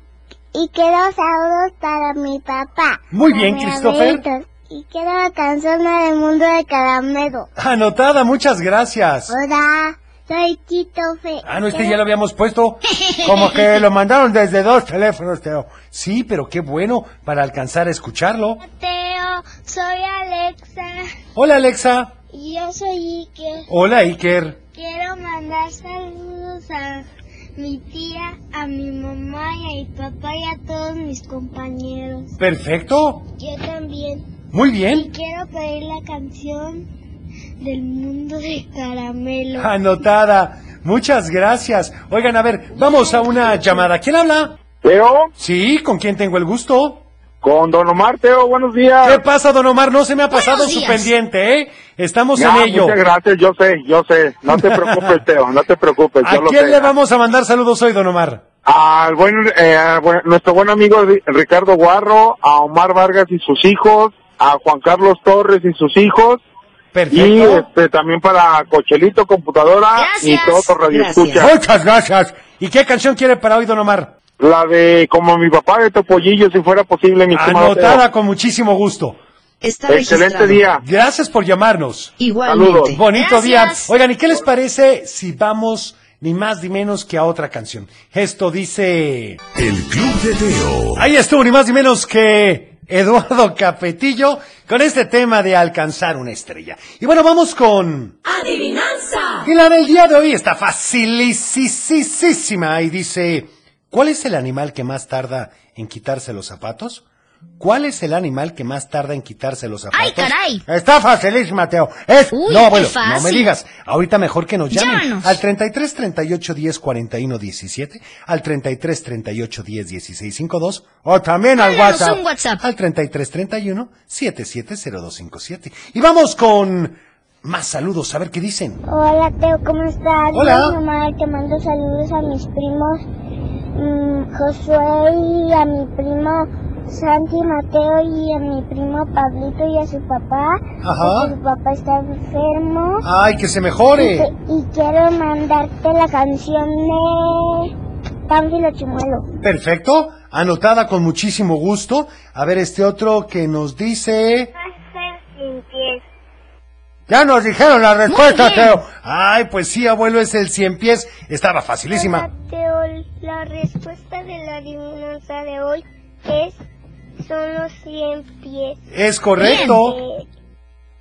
[SPEAKER 8] y quiero saludos para mi papá.
[SPEAKER 3] Muy
[SPEAKER 8] para
[SPEAKER 3] bien,
[SPEAKER 8] mis
[SPEAKER 3] Christopher.
[SPEAKER 8] abuelitos, Y quiero la canción de del mundo de caramelo.
[SPEAKER 3] Anotada, muchas gracias.
[SPEAKER 8] Hola, soy Christopher.
[SPEAKER 3] Ah, no, este ya lo habíamos puesto. Como que lo mandaron desde dos teléfonos, Teo. Sí, pero qué bueno para alcanzar a escucharlo.
[SPEAKER 8] Teo, soy Alexa.
[SPEAKER 3] Hola, Alexa.
[SPEAKER 8] Y yo soy Ike.
[SPEAKER 3] Hola, Iker.
[SPEAKER 8] Quiero mandar saludos a mi tía, a mi mamá y a mi papá y a todos mis compañeros.
[SPEAKER 3] Perfecto.
[SPEAKER 8] Yo también.
[SPEAKER 3] Muy
[SPEAKER 8] Y
[SPEAKER 3] bien.
[SPEAKER 8] quiero pedir la canción del mundo de caramelo.
[SPEAKER 3] Anotada. Muchas gracias. Oigan, a ver, vamos a una llamada. ¿Quién habla?
[SPEAKER 22] Teo.
[SPEAKER 3] Sí, ¿con quién tengo el gusto?
[SPEAKER 22] Con Don Omar, Teo, buenos días.
[SPEAKER 3] ¿Qué pasa, Don Omar? No se me ha pasado su pendiente, ¿eh? Estamos
[SPEAKER 22] Ya,
[SPEAKER 3] en ello.
[SPEAKER 22] Muchas gracias, yo sé, yo sé. No
[SPEAKER 3] [LAUGHS]
[SPEAKER 22] te preocupes, Teo, no te preocupes.
[SPEAKER 3] ¿A
[SPEAKER 22] yo lo
[SPEAKER 3] quién
[SPEAKER 22] sé.
[SPEAKER 3] le vamos a mandar saludos hoy, Don Omar?
[SPEAKER 22] Al buen, eh, al buen- nuestro buen amigo Ri- Ricardo Guarro, a Omar Vargas y sus hijos, a Juan Carlos Torres y sus hijos. Y
[SPEAKER 3] Perfecto.
[SPEAKER 22] este, también para Cochelito Computadora y todo tu Radio Escucha.
[SPEAKER 3] Muchas gracias. ¿Y qué canción quiere para hoy, Don Omar?
[SPEAKER 22] La de como mi papá de Topollillo, si fuera posible, mi estimado
[SPEAKER 3] Anotada
[SPEAKER 22] Teo.
[SPEAKER 3] con muchísimo gusto.
[SPEAKER 22] Está Excelente registrado. día.
[SPEAKER 3] Gracias por llamarnos.
[SPEAKER 22] Igualmente. Saludos.
[SPEAKER 3] Bonito
[SPEAKER 22] Gracias.
[SPEAKER 3] día. Oigan, ¿y qué les parece si vamos ni más ni menos que a otra canción? Esto dice...
[SPEAKER 2] El Club de Teo.
[SPEAKER 3] Ahí estuvo ni más ni menos que Eduardo Capetillo con este tema de alcanzar una estrella. Y bueno, vamos con...
[SPEAKER 20] Adivinanza.
[SPEAKER 3] Y la del día de hoy está facilísima y dice, ¿cuál es el animal que más tarda en quitarse los zapatos? ¿Cuál es el animal que más tarda en quitarse los zapatos?
[SPEAKER 23] ¡Ay, caray!
[SPEAKER 3] Está facilísima, Teo. Es...
[SPEAKER 23] Uy,
[SPEAKER 3] no,
[SPEAKER 23] qué
[SPEAKER 3] bueno, no me
[SPEAKER 23] fácil.
[SPEAKER 3] digas. Ahorita mejor que nos llamen.
[SPEAKER 23] Llámanos.
[SPEAKER 3] Al 33 38 10 41 17, al 33 38 10 16 52, o también al
[SPEAKER 23] Mándanos
[SPEAKER 3] WhatsApp.
[SPEAKER 23] un WhatsApp.
[SPEAKER 3] Al 33 31 770257. Y vamos con más saludos, a ver qué dicen.
[SPEAKER 8] Hola Teo, ¿cómo estás?
[SPEAKER 3] Hola.
[SPEAKER 8] Soy Omar, te mando saludos a mis primos mm, Josué y a mi primo Santi Mateo y a mi primo Pablito y a su papá.
[SPEAKER 3] Ajá.
[SPEAKER 8] porque Su papá está enfermo.
[SPEAKER 3] Ay, que se mejore.
[SPEAKER 8] Y, que- y quiero mandarte la canción de Pánfilo Chimuelo.
[SPEAKER 3] Perfecto, anotada con muchísimo gusto. A ver este otro que nos dice... Ya nos dijeron la respuesta,
[SPEAKER 8] Muy bien.
[SPEAKER 3] Teo. Ay, pues sí, abuelo, es el cien pies. Estaba facilísima.
[SPEAKER 8] Teo, la respuesta de la adivinanza de hoy es son los 100 pies.
[SPEAKER 3] Es correcto.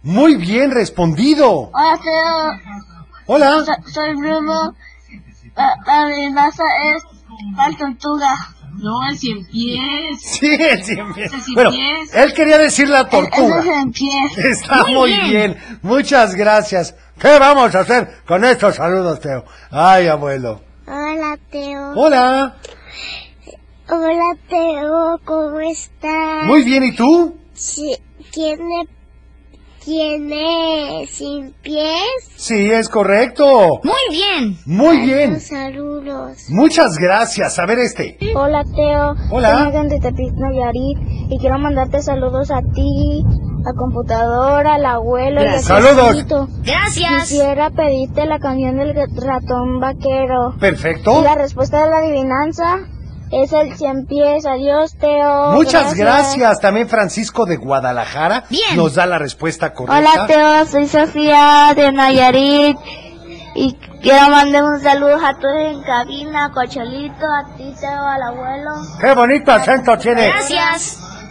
[SPEAKER 3] Muy bien respondido.
[SPEAKER 4] Hola, Teo.
[SPEAKER 3] Hola.
[SPEAKER 4] So- soy Bruno. La, la adivinanza es la tortuga. No, el cien
[SPEAKER 3] [LAUGHS]
[SPEAKER 4] pies.
[SPEAKER 3] Sí, el cien pies. Bueno, él quería decir la tortuga.
[SPEAKER 4] Es el cien
[SPEAKER 3] [LAUGHS]
[SPEAKER 4] pies.
[SPEAKER 3] Está muy bien. Muchas gracias. ¿Qué vamos a hacer con estos saludos, Teo? Ay, abuelo.
[SPEAKER 8] Hola, Teo.
[SPEAKER 3] Oh. Hola.
[SPEAKER 8] Hola, Teo, ¿cómo estás?
[SPEAKER 3] Muy bien, ¿y tú?
[SPEAKER 8] Sí, ¿Tiene, tiene sin pies?
[SPEAKER 3] Sí, es correcto.
[SPEAKER 8] Muy bien.
[SPEAKER 3] Muy bien.
[SPEAKER 8] Saludos.
[SPEAKER 3] Muchas gracias. A ver este.
[SPEAKER 16] Hola Teo,
[SPEAKER 3] Hola.
[SPEAKER 16] soy Megan de Tepic Nayarit y quiero mandarte saludos a ti, a computadora, al abuelo
[SPEAKER 3] Gracias.
[SPEAKER 16] y a
[SPEAKER 3] Saludos.
[SPEAKER 16] Gracias. Quisiera pedirte la canción del ratón vaquero.
[SPEAKER 3] Perfecto.
[SPEAKER 16] Y la respuesta de la adivinanza es el cien pies. Adiós Teo.
[SPEAKER 3] Muchas gracias. También Francisco de Guadalajara
[SPEAKER 16] Bien.
[SPEAKER 3] nos da la respuesta correcta.
[SPEAKER 24] Hola Teo, soy Sofía de Nayarit y quiero mandar un saludo a todos en cabina, a Cocholito, a ti Teo, al abuelo.
[SPEAKER 3] Qué bonito acento tiene.
[SPEAKER 24] Y a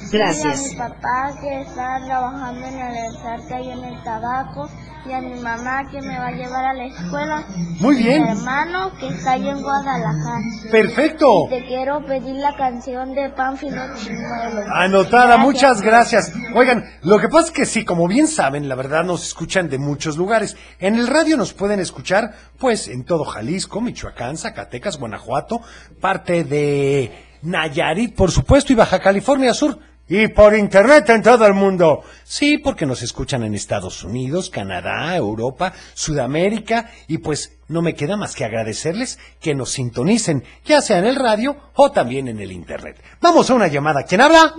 [SPEAKER 24] mi
[SPEAKER 3] Gracias.
[SPEAKER 24] papá que está trabajando en el ensarte y en el tabaco y a mi mamá que me va a llevar a la escuela.
[SPEAKER 3] Muy
[SPEAKER 24] Y
[SPEAKER 3] bien.
[SPEAKER 24] Mi
[SPEAKER 8] Em,
[SPEAKER 24] hermano que está ahí en Guadalajara.
[SPEAKER 3] Perfecto.
[SPEAKER 24] Y te quiero pedir la canción de Pánfilo Chimuelo.
[SPEAKER 3] Anotada, muchas gracias. Oigan, lo que pasa es que sí, como bien saben, la verdad nos escuchan de muchos lugares. En el radio nos pueden escuchar, pues, en todo Jalisco, Michoacán, Zacatecas, Guanajuato, parte de Nayarit, por supuesto, y Baja California Sur. Y por internet en todo el mundo. Sí, porque nos escuchan en Estados Unidos, Canadá, Europa, Sudamérica, y pues no me queda más que agradecerles que nos sintonicen, ya sea en el radio o también en el internet. Vamos a una llamada. ¿Quién habla?